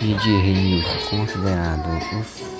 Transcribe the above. Didi Rios, considerado o